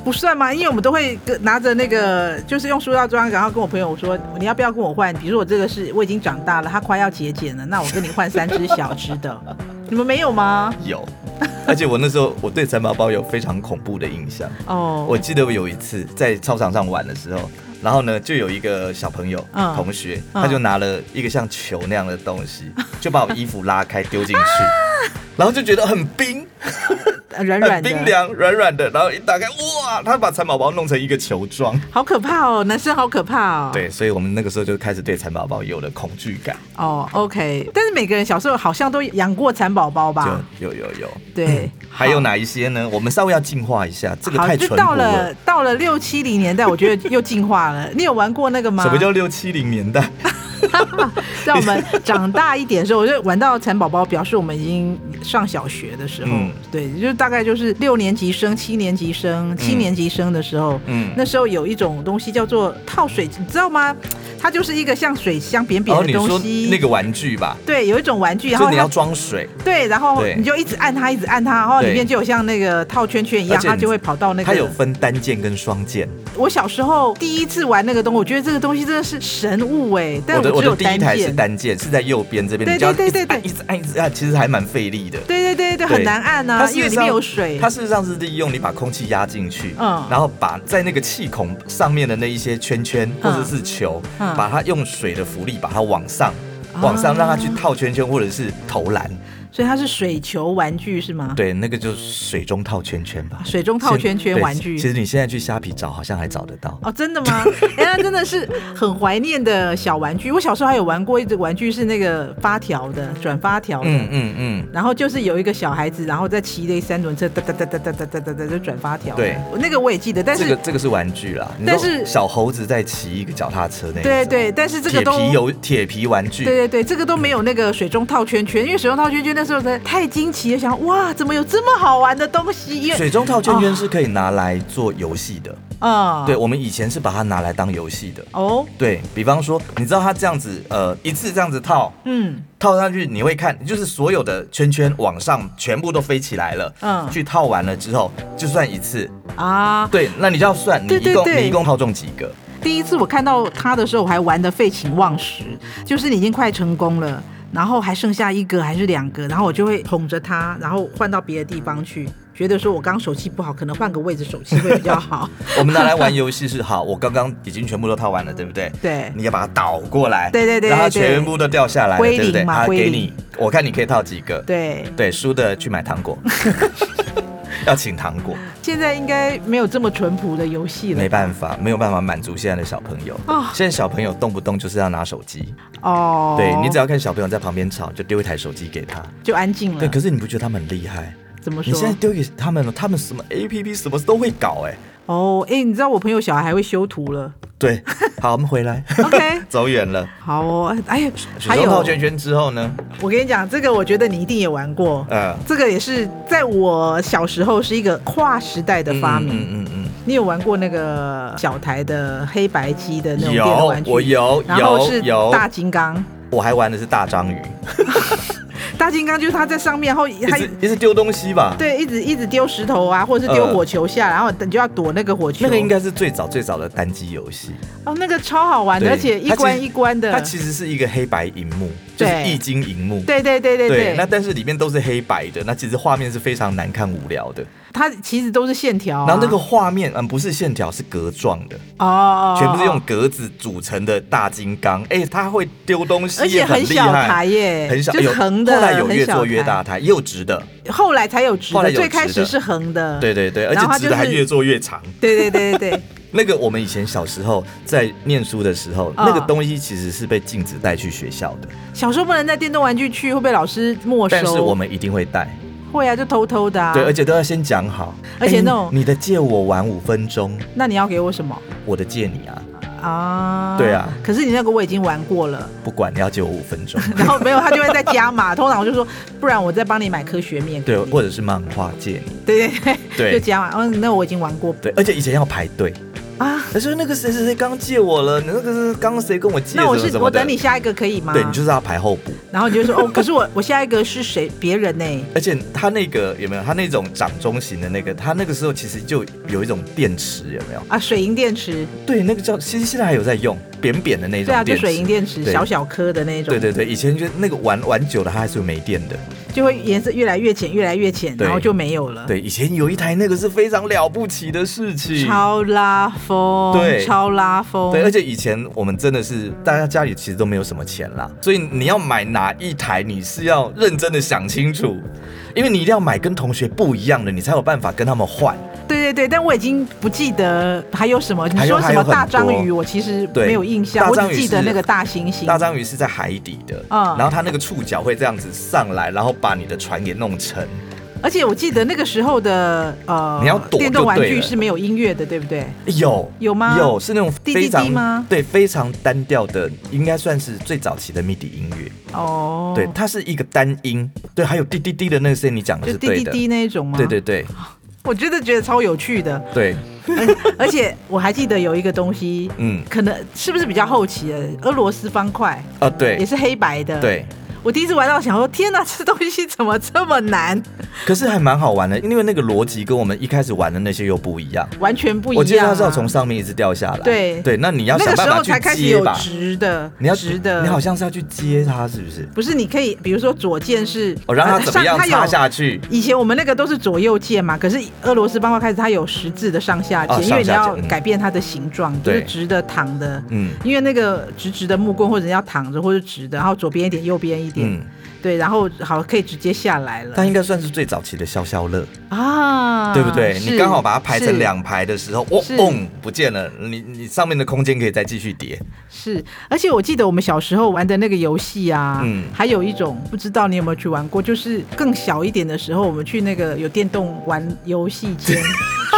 Speaker 2: 不算吗？因为我们都会跟拿着那个，就是用塑料装，然后跟我朋友说，你要不要跟我换？比如说我这个是我已经长大了，它快要节俭了，那我跟你换三只小 只的。你们没有吗？
Speaker 1: 有。而且我那时候我对蚕宝宝有非常恐怖的印象。
Speaker 2: 哦，
Speaker 1: 我记得我有一次在操场上玩的时候，然后呢，就有一个小朋友、
Speaker 2: 嗯
Speaker 1: 同学，
Speaker 2: 嗯
Speaker 1: 他就拿了一个像球那样的东西，就把我衣服拉开丢进去，
Speaker 2: 啊
Speaker 1: 然后就觉得很冰，
Speaker 2: 呃软
Speaker 1: 很
Speaker 2: 软
Speaker 1: 冰
Speaker 2: 的，
Speaker 1: 凉，软软的。然后一打开，哇，他把蚕宝宝弄成一个球状。
Speaker 2: 好可怕哦，男生好可怕哦。
Speaker 1: 对，所以我们那个时候就开始对蚕宝宝有了恐惧感，
Speaker 2: 哦，OK，但是每个人小时候好像都养过蚕宝宝吧？
Speaker 1: 就有有有。
Speaker 2: 对，
Speaker 1: 还有哪一些呢？我们稍微要进化一下，这个
Speaker 2: 好，
Speaker 1: 太
Speaker 2: 就
Speaker 1: 淳
Speaker 2: 到
Speaker 1: 朴
Speaker 2: 了
Speaker 1: 了。
Speaker 2: 到了六七零年代，我觉得又进化了。 你有玩过那个吗？
Speaker 1: 什么叫六七零年代？
Speaker 2: 让我们长大一点的时候，我就玩到蚕宝宝，表示我们已经上小学的时候，
Speaker 1: 嗯
Speaker 2: 对，就是大概就是六年级生、七年级生、七年级生的时候，
Speaker 1: 嗯
Speaker 2: 那时候有一种东西叫做套水，你知道吗？它就是一个像水箱扁
Speaker 1: 然
Speaker 2: 扁
Speaker 1: 后哦
Speaker 2: 的
Speaker 1: 你
Speaker 2: 东
Speaker 1: 说
Speaker 2: 西，
Speaker 1: 那个玩具吧，
Speaker 2: 对，有一种玩具，然
Speaker 1: 就
Speaker 2: 后
Speaker 1: 是你
Speaker 2: 它
Speaker 1: 要装水，
Speaker 2: 对，然后
Speaker 1: 对
Speaker 2: 你就一直按它，一直按它，然后里
Speaker 1: 对
Speaker 2: 面就有像那个套圈圈一样，
Speaker 1: 而且
Speaker 2: 它就会跑到那个。
Speaker 1: 它有分单键跟双键。
Speaker 2: 我小时候第一次玩那个东西，我觉得这个东西真的是神物哎、但
Speaker 1: 我的我
Speaker 2: 只有
Speaker 1: 的第
Speaker 2: 单
Speaker 1: 一台是
Speaker 2: 键。
Speaker 1: 单键，是在右边这边，
Speaker 2: 对
Speaker 1: 你就要
Speaker 2: 对
Speaker 1: 一直
Speaker 2: 对对
Speaker 1: 按一直按一直按，其实还蛮费力的。
Speaker 2: 对对对对，
Speaker 1: 对
Speaker 2: 很难按
Speaker 1: 它
Speaker 2: 啊，
Speaker 1: 事实
Speaker 2: 因为里面有水。
Speaker 1: 它事实上是利用你把空气压进去，
Speaker 2: 嗯
Speaker 1: 然后把在那个气孔上面的那一些圈圈或
Speaker 2: 嗯
Speaker 1: 者是球，
Speaker 2: 嗯
Speaker 1: 把它用水的浮力把它往上，
Speaker 2: 啊
Speaker 1: 往上让它去套圈圈或者是投篮。
Speaker 2: 所以它是水球玩具是吗？，
Speaker 1: 对，那个就是水中套圈圈吧。
Speaker 2: 水中套圈圈
Speaker 1: 对
Speaker 2: 玩
Speaker 1: 其实
Speaker 2: 具。
Speaker 1: 你现在去虾皮找，好像还找得到。
Speaker 2: 哦，真的 吗？哎、呀，真的是很怀念的小玩具。我小时候还有玩过一只玩具，是那个发条的，转发条的。
Speaker 1: 嗯嗯嗯，
Speaker 2: 然后就是有一个小孩子，然后在骑那三轮车，哒哒哒哒哒哒哒哒哒就转发条。
Speaker 1: 对，
Speaker 2: 那个我也记得，但是、
Speaker 1: 这个这个是玩具啦，你
Speaker 2: 但
Speaker 1: 说
Speaker 2: 是
Speaker 1: 小猴子在骑一个脚踏车那一种
Speaker 2: 对对，但是这个
Speaker 1: 铁
Speaker 2: 都
Speaker 1: 皮游铁皮玩具，
Speaker 2: 对对对，这个都没有那个水中套圈圈，因为水中套圈圈那时候才太惊奇了，想哇，怎么有这么好玩的东西？因为哦
Speaker 1: 水中套圈圈是可以拿来做游戏的。
Speaker 2: 啊，
Speaker 1: 对，我们以前是把它拿来当游戏的。
Speaker 2: 哦，
Speaker 1: 对比方说，你知道它这样子，呃，一次这样子套
Speaker 2: 嗯
Speaker 1: 套上去，你会看，就是所有的圈圈往上全部都飞起来了。
Speaker 2: 嗯
Speaker 1: 去套完了之后，就算一次。
Speaker 2: 啊，
Speaker 1: 对，那你就要算，你
Speaker 2: 对
Speaker 1: 一
Speaker 2: 对
Speaker 1: 共
Speaker 2: 对
Speaker 1: 你一共套中几个？
Speaker 2: 第一次我看到他的时候，我还玩的废寝忘食，就是你已经快成功了。然后还剩下一个还是两个，然后我就会捧着它，然后换到别的地方去，觉得说我刚手气不好，可能换个位置手气会比 较好。
Speaker 1: 我们拿来玩游戏是好，我刚刚已经全部都套完了，对不对？
Speaker 2: 对
Speaker 1: 你要把它倒过来，
Speaker 2: 对对对
Speaker 1: 让它
Speaker 2: 对对
Speaker 1: 全部都掉下来了，
Speaker 2: 归
Speaker 1: 对不对？
Speaker 2: 零嘛
Speaker 1: 啊，
Speaker 2: 归
Speaker 1: 给
Speaker 2: 零
Speaker 1: 你，我看你可以套几个。
Speaker 2: 对，
Speaker 1: 对，输的去买糖 果，要请糖果，
Speaker 2: 现在应该没有这么淳朴的游戏了
Speaker 1: 没办法，没有办法满足现在的小朋友。
Speaker 2: 啊
Speaker 1: 现在小朋友动不动就是要拿手机，
Speaker 2: 哦。
Speaker 1: 对你只要看小朋友在旁边吵，就丢一台手机给他。
Speaker 2: 就安静了
Speaker 1: 对，。可是你不觉得他们很厉害？
Speaker 2: 怎么
Speaker 1: 你
Speaker 2: 说？
Speaker 1: 现在丢给他们了，他们什么 A P P 什么都会搞哎、
Speaker 2: 哦，哎、你知道我朋友小孩还会修图了。
Speaker 1: 对，好，我们回来，
Speaker 2: OK，
Speaker 1: 走远了。
Speaker 2: 好哦。哎呀，
Speaker 1: 水
Speaker 2: 还
Speaker 1: 中
Speaker 2: 有，
Speaker 1: 套圈圈之后呢？
Speaker 2: 我跟你讲，这个我觉得你一定也玩过。
Speaker 1: 呃，
Speaker 2: 这个也是在我小时候是一个跨时代的发明。
Speaker 1: 嗯嗯嗯
Speaker 2: 你有玩过那个小台的黑白机的
Speaker 1: 嗯，
Speaker 2: 那种电动玩
Speaker 1: 有，
Speaker 2: 具？
Speaker 1: 我。有
Speaker 2: 然后
Speaker 1: 有
Speaker 2: 是
Speaker 1: 有，
Speaker 2: 大金刚，
Speaker 1: 我还玩的是大章鱼，
Speaker 2: 大金刚就是它在上面，然后
Speaker 1: 一
Speaker 2: 它
Speaker 1: 直一直丢东西吧。
Speaker 2: 对一直一直丢石头啊，或者是丢
Speaker 1: 呃
Speaker 2: 火球下，然后你就要躲那个火球。
Speaker 1: 那个应该是最早最早的单机游戏，
Speaker 2: 哦，那个超好玩的，
Speaker 1: 对
Speaker 2: 而且一
Speaker 1: 它其
Speaker 2: 关
Speaker 1: 实
Speaker 2: 一关的。
Speaker 1: 它其实是一个黑白荧幕，就是
Speaker 2: 对
Speaker 1: 液晶荧幕。
Speaker 2: 对对对对
Speaker 1: 那但是里面都是黑白的，那其实画面是非常难看无聊的。
Speaker 2: 它其实都是线条、啊，
Speaker 1: 然后那个画面，嗯，不是线条，是格状的，
Speaker 2: 哦哦，哦
Speaker 1: 全部是用，格子组成的大金刚。哎、它会丢东西，
Speaker 2: 而且
Speaker 1: 也很
Speaker 2: 很
Speaker 1: 厉
Speaker 2: 小
Speaker 1: 害
Speaker 2: 台。耶，
Speaker 1: 很小，
Speaker 2: 就是
Speaker 1: 有
Speaker 2: 横的，
Speaker 1: 后来有越
Speaker 2: 很小
Speaker 1: 做越大台，也有直的，
Speaker 2: 台，后来才有直
Speaker 1: 后来
Speaker 2: 的，
Speaker 1: 有直的
Speaker 2: 最开始是横的，
Speaker 1: 对对对，而
Speaker 2: 嗯然后它
Speaker 1: 且直的还
Speaker 2: 就是
Speaker 1: 越做越长。
Speaker 2: 对对 对对对，
Speaker 1: 那个我们以前小时候在念书的时候，那个
Speaker 2: 嗯
Speaker 1: 东西其实是被禁止带去学校的，
Speaker 2: 小时候不能带电动玩具去，会被老师没收，
Speaker 1: 但是我们一定会带。
Speaker 2: 会啊，就偷偷的啊，
Speaker 1: 对，而且都要先讲好。
Speaker 2: 而且
Speaker 1: 哎
Speaker 2: 那种
Speaker 1: 你的借我玩五分钟，
Speaker 2: 那你要给我什么
Speaker 1: 我的借你啊，
Speaker 2: 啊？
Speaker 1: 对啊，
Speaker 2: 可是你那个我已经玩过了。
Speaker 1: 不管你要借我五分 钟，
Speaker 2: 然后没有，他就会再 加码。通常我就说，不然我再帮你买科学面。
Speaker 1: 对，或者是漫画借你，
Speaker 2: 对对对，就
Speaker 1: 对
Speaker 2: 加码。嗯，那我已经玩过
Speaker 1: 对，而且以前要排队，
Speaker 2: 啊。
Speaker 1: 他说那个谁谁谁刚借我了，你那个是刚谁跟我借
Speaker 2: 那我
Speaker 1: 什么
Speaker 2: 是
Speaker 1: 什
Speaker 2: 我
Speaker 1: 么的，
Speaker 2: 等你下一个可以吗？
Speaker 1: 对你就是要排后补，
Speaker 2: 然后你就说哦，可是我我下一个是谁？别人呢、
Speaker 1: 而且他那个有没有他那种掌中型的那个，他那个时候其实就有一种电池有没有？
Speaker 2: 啊，水银电池
Speaker 1: 对，那个叫其实现在还有在用，扁扁的那
Speaker 2: 对
Speaker 1: 种
Speaker 2: 啊，就
Speaker 1: 电池。
Speaker 2: 水银电池，
Speaker 1: 对
Speaker 2: 小小颗的那种，
Speaker 1: 对对对，以前就那个玩玩久了，它还是有没电的。
Speaker 2: 就会颜色越来越浅，越来越浅，
Speaker 1: 对
Speaker 2: 然后就没有了。
Speaker 1: 对，以前有一台那个是非常了不起的事情。
Speaker 2: 超拉风，
Speaker 1: 对
Speaker 2: 超拉风，
Speaker 1: 对，而且以前我们真的是大家家里其实都没有什么钱啦，所以你要买哪一台，你是要认真的想清楚，因为你一定要买跟同学不一样的，你才有办法跟他们换。
Speaker 2: 对对对，但我已经不记得还有什么。你
Speaker 1: 还有
Speaker 2: 说什么
Speaker 1: 还有很多
Speaker 2: 大章鱼，我其实
Speaker 1: 对
Speaker 2: 没有印象，
Speaker 1: 大
Speaker 2: 我
Speaker 1: 章鱼
Speaker 2: 只记得
Speaker 1: 是
Speaker 2: 那个大猩猩。
Speaker 1: 大章鱼是在海底的，
Speaker 2: 嗯
Speaker 1: 然后它那个触角会这样子上来，然后把你的船给弄沉。
Speaker 2: 而且我记得那个时候的呃，
Speaker 1: 你要躲就
Speaker 2: 电动玩
Speaker 1: 对
Speaker 2: 具
Speaker 1: 了
Speaker 2: 是没有音乐的，对不对？
Speaker 1: 有
Speaker 2: 有吗
Speaker 1: 有是那种
Speaker 2: 滴滴
Speaker 1: 非常
Speaker 2: 滴吗
Speaker 1: 对非常单调的，应该算是最早期的 MIDI 音乐。
Speaker 2: 哦，
Speaker 1: 对，，它是一个单音。对，还有滴滴滴的那个声音，你讲的
Speaker 2: 就是滴
Speaker 1: 对
Speaker 2: 滴
Speaker 1: 的。
Speaker 2: 滴那一种吗？
Speaker 1: 对对，对
Speaker 2: 我真的觉得超有趣的，
Speaker 1: 对，
Speaker 2: 而且我还记得有一个东西，
Speaker 1: 嗯
Speaker 2: 可能是不是比较后期的俄罗斯方块，
Speaker 1: 啊
Speaker 2: 也
Speaker 1: 对
Speaker 2: 是黑白的。，
Speaker 1: 对，
Speaker 2: 我第一次玩到想说，天哪，这东西怎么这 么难？
Speaker 1: 可是还蛮好玩的，因为那个逻辑跟我们一开始玩的那些又不一样。
Speaker 2: 完全不一样、啊。
Speaker 1: 我记得它是要从上面一直掉下来。
Speaker 2: 对
Speaker 1: 对，那你要
Speaker 2: 那
Speaker 1: 想
Speaker 2: 个
Speaker 1: 办
Speaker 2: 时候才
Speaker 1: 法
Speaker 2: 开
Speaker 1: 去
Speaker 2: 始
Speaker 1: 接
Speaker 2: 有
Speaker 1: 吧。
Speaker 2: 直的，
Speaker 1: 你要
Speaker 2: 直的，
Speaker 1: 你好像是要去接它，是不是？
Speaker 2: 不是你可以，比如说左键是，
Speaker 1: 我、哦让它怎么样
Speaker 2: 呃上它有
Speaker 1: 插下去？
Speaker 2: 以前我们那个都是左右键嘛，可是俄罗斯方块开始它有十字的上下键，
Speaker 1: 哦
Speaker 2: 因为
Speaker 1: 上
Speaker 2: 你
Speaker 1: 下
Speaker 2: 要
Speaker 1: 键嗯
Speaker 2: 改变它的形状，就是
Speaker 1: 对
Speaker 2: 直的、躺的。
Speaker 1: 嗯
Speaker 2: 因为那个直直的木棍或者要躺着或者直的，然后左边一点，右边一点，
Speaker 1: 嗯，
Speaker 2: 对，然后好可以直接下来了
Speaker 1: 它应该算是最早期的消消乐，
Speaker 2: 啊，
Speaker 1: 对不对？
Speaker 2: 是
Speaker 1: 你刚好把它排成，两排的时候，哇
Speaker 2: 是，
Speaker 1: 嘣，不见了，你你上面的空间可以再继续叠。
Speaker 2: 是是，而且我记得我们小时候玩的那个游戏啊，
Speaker 1: 嗯
Speaker 2: 还有一种不知道你有没有去玩过，就是更小一点的时候，我们去那个有电动玩游戏间，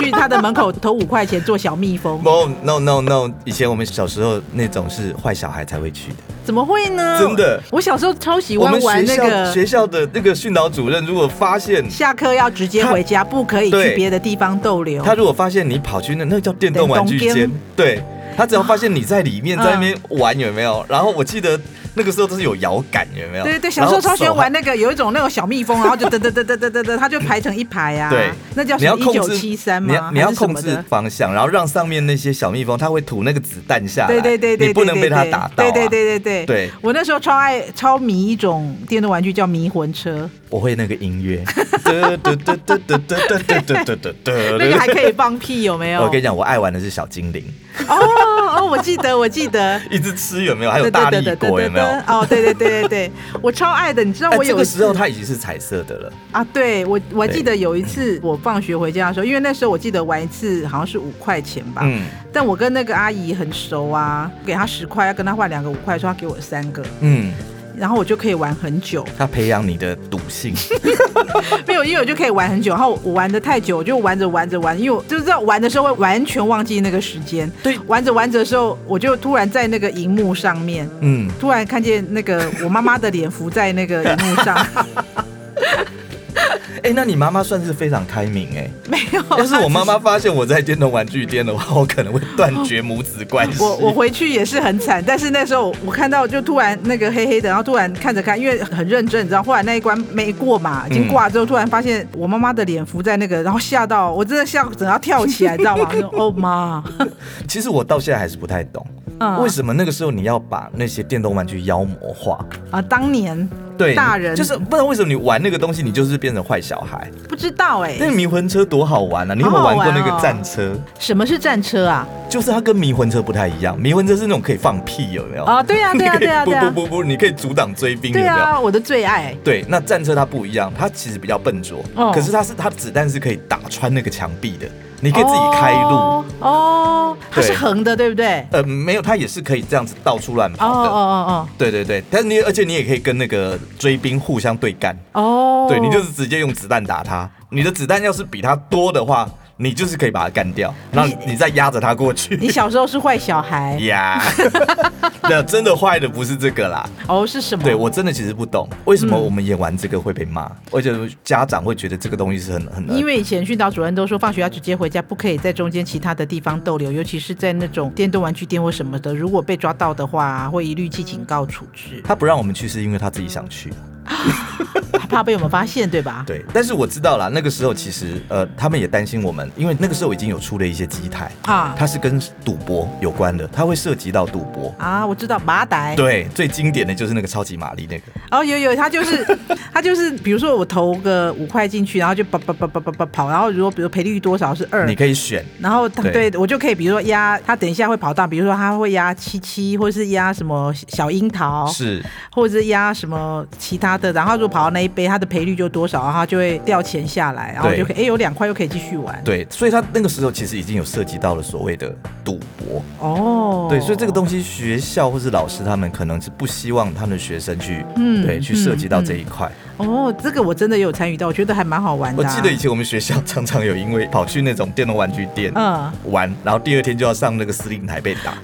Speaker 2: 去他的门口投五块钱做小蜜 蜂，
Speaker 1: No no no no，以前我们小时候那种是坏小孩才会去的。
Speaker 2: 怎么会呢？
Speaker 1: 真的
Speaker 2: 我小时候超喜
Speaker 1: 我
Speaker 2: 欢
Speaker 1: 们
Speaker 2: 玩
Speaker 1: 学
Speaker 2: 那
Speaker 1: 校、
Speaker 2: 个，
Speaker 1: 学校的那个训导主任如果发现
Speaker 2: 下课要直接回家，不可以去
Speaker 1: 对
Speaker 2: 别的地方逗留。
Speaker 1: 他如果发现你跑去那那叫电动玩具
Speaker 2: 电
Speaker 1: 间
Speaker 2: 动，
Speaker 1: 对他只要发现你在里面
Speaker 2: 嗯
Speaker 1: 在那边玩有没有？然后我记得那个时候都是有摇杆有没有？
Speaker 2: 对对对，小时候超喜欢玩
Speaker 1: 那。
Speaker 2: 那个，有一种那种小蜜蜂，然后就噔噔噔噔噔噔噔，它就排成一排啊。
Speaker 1: 对，
Speaker 2: 那叫
Speaker 1: 你
Speaker 2: 什
Speaker 1: 要
Speaker 2: 么？一
Speaker 1: 控
Speaker 2: 九
Speaker 1: 制
Speaker 2: 七三
Speaker 1: 你要
Speaker 2: 吗？
Speaker 1: 你要
Speaker 2: 还是什
Speaker 1: 控
Speaker 2: 么
Speaker 1: 制
Speaker 2: 的？
Speaker 1: 方向，然后让上面那些小蜜蜂，它会吐那个子弹下来，
Speaker 2: 对对对对，
Speaker 1: 你不能
Speaker 2: 对
Speaker 1: 被它
Speaker 2: 对
Speaker 1: 打到、啊。
Speaker 2: 对对对对对
Speaker 1: 对
Speaker 2: 我那时候超爱超迷一种电动玩具叫迷魂车，
Speaker 1: 我会那个音乐，得得得得得得得得得得得得，
Speaker 2: 那个还可以放屁，有没有？
Speaker 1: 我跟你讲，我爱玩的是小精灵，
Speaker 2: 哦哦，我记得我记得。
Speaker 1: 一直吃有没 有？还有
Speaker 2: 对
Speaker 1: 大
Speaker 2: 对
Speaker 1: 力
Speaker 2: 对对对
Speaker 1: 果有
Speaker 2: 对
Speaker 1: 没有？
Speaker 2: 对，哦，对对对对对，我超爱的，你知道
Speaker 1: 哎
Speaker 2: 我
Speaker 1: 这
Speaker 2: 有一
Speaker 1: 个时候
Speaker 2: 次
Speaker 1: 它已经是彩色的了，
Speaker 2: 啊，对我我还记
Speaker 1: 对
Speaker 2: 得有一次我放学回家的时候，因为那时候我记得玩一次好像是五块钱吧，
Speaker 1: 嗯
Speaker 2: 但我跟那个阿姨很熟啊，给她十块，要跟她换两个五块，说她给我三个，
Speaker 1: 嗯，
Speaker 2: 然后我就可以玩很久。
Speaker 1: 它培养你的赌性，
Speaker 2: 没有，因为我就可以玩很久，然后我玩的太久，我就玩着玩着玩，因为我就是在玩的时候会完全忘记那个时间。
Speaker 1: 对
Speaker 2: 玩着玩着的时候，我就突然在那个荧幕上面，
Speaker 1: 嗯，
Speaker 2: 突然看见那个我妈妈的脸浮在那个荧幕上，
Speaker 1: 哎，那你妈妈算是非常开明哎。
Speaker 2: 没有。
Speaker 1: 要是我妈妈发现我在电动玩具店的话，我可能会断绝母子关系。
Speaker 2: 我我回去也是很惨，但是那时候我看到就突然那个黑黑的，然后突然看着看，因为很认真，你知道，后来那一关没过嘛，已经挂之后，突然发现我妈妈的脸浮在那个，然后吓到我，真的吓整个要跳起来，你知道吗？我说哦妈，
Speaker 1: 其实我到现在还是不太懂，
Speaker 2: 嗯
Speaker 1: 为什么那个时候你要把那些电动玩具妖魔化？
Speaker 2: 啊，当年
Speaker 1: 对，
Speaker 2: 大人
Speaker 1: 就是不然为什么你玩那个东西，你就是变成坏小孩？
Speaker 2: 不知道哎、
Speaker 1: 那个迷魂车多好玩啊！你有没有
Speaker 2: 好好
Speaker 1: 玩
Speaker 2: 玩
Speaker 1: 过那
Speaker 2: 哦
Speaker 1: 个战车？
Speaker 2: 什么是战车啊？
Speaker 1: 就是它跟迷魂车不太一样，迷魂车是那种可以放屁，有没有？
Speaker 2: 啊，对啊，对啊，对 啊，
Speaker 1: 你
Speaker 2: 对
Speaker 1: 可以不
Speaker 2: 啊，
Speaker 1: 不不不，你可以阻挡追兵，有
Speaker 2: 对
Speaker 1: 没有？
Speaker 2: 啊，我的最爱。
Speaker 1: 对，那战车它不一样，它其实比较笨拙，
Speaker 2: 哦
Speaker 1: 可是它是它的子弹是可以打穿那个墙壁的，你可以自己开路。
Speaker 2: 哦，哦它是
Speaker 1: 对
Speaker 2: 横的，对不对？
Speaker 1: 呃，没有，它也是可以这样子到处乱
Speaker 2: 哦
Speaker 1: 跑的。
Speaker 2: 哦
Speaker 1: 对对对，但是你而且你也可以跟那个追兵互相对干，
Speaker 2: 哦哦哦，
Speaker 1: 对你就是直接用子弹打他，你的子弹要是比他多的话，你就是可以把他干掉，然后你再压着他过
Speaker 2: 你
Speaker 1: 去。
Speaker 2: 小时候是坏小孩，
Speaker 1: 呀，那真的坏的不是这个啦，
Speaker 2: 哦是什么？
Speaker 1: 对我真的其实不懂
Speaker 2: 嗯
Speaker 1: 为什么我们演完这个会被骂，而且家长会觉得这个东西是很很
Speaker 2: 因为以前训导主任都说放学要直接回家，不可以在中间其他的地方逗留，尤其是在那种电动玩具店或什啊么的，如果被抓到的话，会一律记警告处置。
Speaker 1: 他不让我们去是因为他自己想去，
Speaker 2: 怕被我们发现，对吧？
Speaker 1: 对，但是我知道啦，那个时候其实呃，他们也担心我们，因为那个时候已经有出了一些机台，
Speaker 2: 啊
Speaker 1: 它是跟赌博有关的，它会涉及到赌博。
Speaker 2: 啊，我知道麻袋。
Speaker 1: 对，最经典的就是那个超级玛丽那个，
Speaker 2: 哦，有有，他就是他就是，比如说我投个五块进去，然后就跑跑跑跑跑跑跑，然后如果比如赔率多少是二
Speaker 1: 你，可以选。
Speaker 2: 然后他
Speaker 1: 对
Speaker 2: 对我就可以，比如说压他等一下会跑到，比如说他会压七七，或是压什么小樱桃，
Speaker 1: 是，
Speaker 2: 或者是压什么其他的，然后如果跑到那一杯，他的赔率就多少，然后他就会掉钱下来，然后我
Speaker 1: 对
Speaker 2: 就可以哎有两块又可以继续玩。
Speaker 1: 对，所以他那个时候其实已经有涉及到了所谓的赌博。
Speaker 2: 哦，
Speaker 1: 对，所以这个东西学校或是老师他们可能是不希望他们的学生去，
Speaker 2: 嗯
Speaker 1: 对，去涉及到这
Speaker 2: 嗯
Speaker 1: 一块。
Speaker 2: 哦，这个我真的有参与到，我觉得还蛮好玩
Speaker 1: 我
Speaker 2: 的啊、
Speaker 1: 记得以前我们学校 常常有因为跑去那种电动玩具店，
Speaker 2: 嗯，
Speaker 1: 玩，然后第二天就要上那个司令台被打，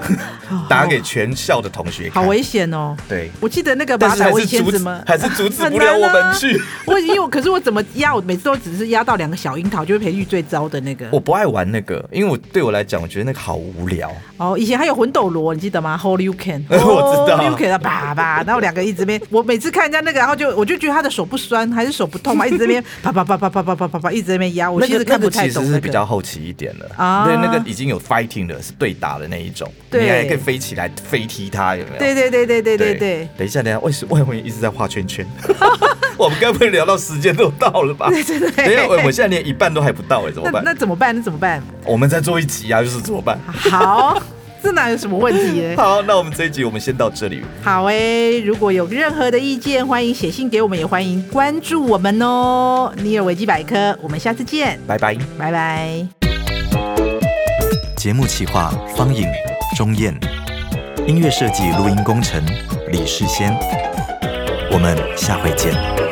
Speaker 1: 打给全校的同学
Speaker 2: 好
Speaker 1: 看。
Speaker 2: 危险哦。
Speaker 1: 对，
Speaker 2: 我记得那个
Speaker 1: 但
Speaker 2: 马
Speaker 1: 是
Speaker 2: 仔，
Speaker 1: 还
Speaker 2: 我以
Speaker 1: 是
Speaker 2: 前
Speaker 1: 阻
Speaker 2: 怎
Speaker 1: 止
Speaker 2: 么，
Speaker 1: 还是阻止
Speaker 2: 很
Speaker 1: 不了
Speaker 2: 难
Speaker 1: 我们
Speaker 2: 啊
Speaker 1: 去。
Speaker 2: 我因为我可是我怎么压，我每次都只是压到两个小樱桃，就会赔率最糟的那个
Speaker 1: 我。不爱玩那个，因为我对我来讲，我觉得那个好无聊。
Speaker 2: 哦，以前还有魂斗罗，你记得吗？Holy You Can，
Speaker 1: 我知道
Speaker 2: Holy You Can 的爸爸，然后两个一直边，我每次看人家那个，然后就我就觉得他的手不酸还是手不痛嘛，一直这边啪啪啪啪啪啪啪啪啪，一直在那边压，我
Speaker 1: 那
Speaker 2: 其
Speaker 1: 个
Speaker 2: 实看不太
Speaker 1: 那个
Speaker 2: 懂
Speaker 1: 其
Speaker 2: 那
Speaker 1: 实
Speaker 2: 个
Speaker 1: 是比较后期一点的
Speaker 2: 啊
Speaker 1: 对，那个已经有 fighting 的，是对打的那一种，
Speaker 2: 对
Speaker 1: 你还可以飞起来飞踢它，有没有？
Speaker 2: 对对对对对对对。
Speaker 1: 等一下，等一下，为什么我们一直在画圈圈？ 我们该不会聊到时间都到了吧？
Speaker 2: 真的
Speaker 1: 等一下，我我现在连一半都还不到哎、怎么
Speaker 2: 那
Speaker 1: 办？
Speaker 2: 那怎么办？那怎么办？
Speaker 1: 我们再做一集啊，就是怎么办？
Speaker 2: 好， 这哪有什么问题 呢？
Speaker 1: 好，那我们这一集我们先到这里。
Speaker 2: 好诶、如果有任何的意见，欢迎写信给我们，也欢迎关注我们哦。尼尔维基百科，我们下次见，
Speaker 1: 拜拜。
Speaker 2: 拜拜。
Speaker 1: 节目企划：方颖、钟燕，音乐设计、录音工程：李世先。我们下回见。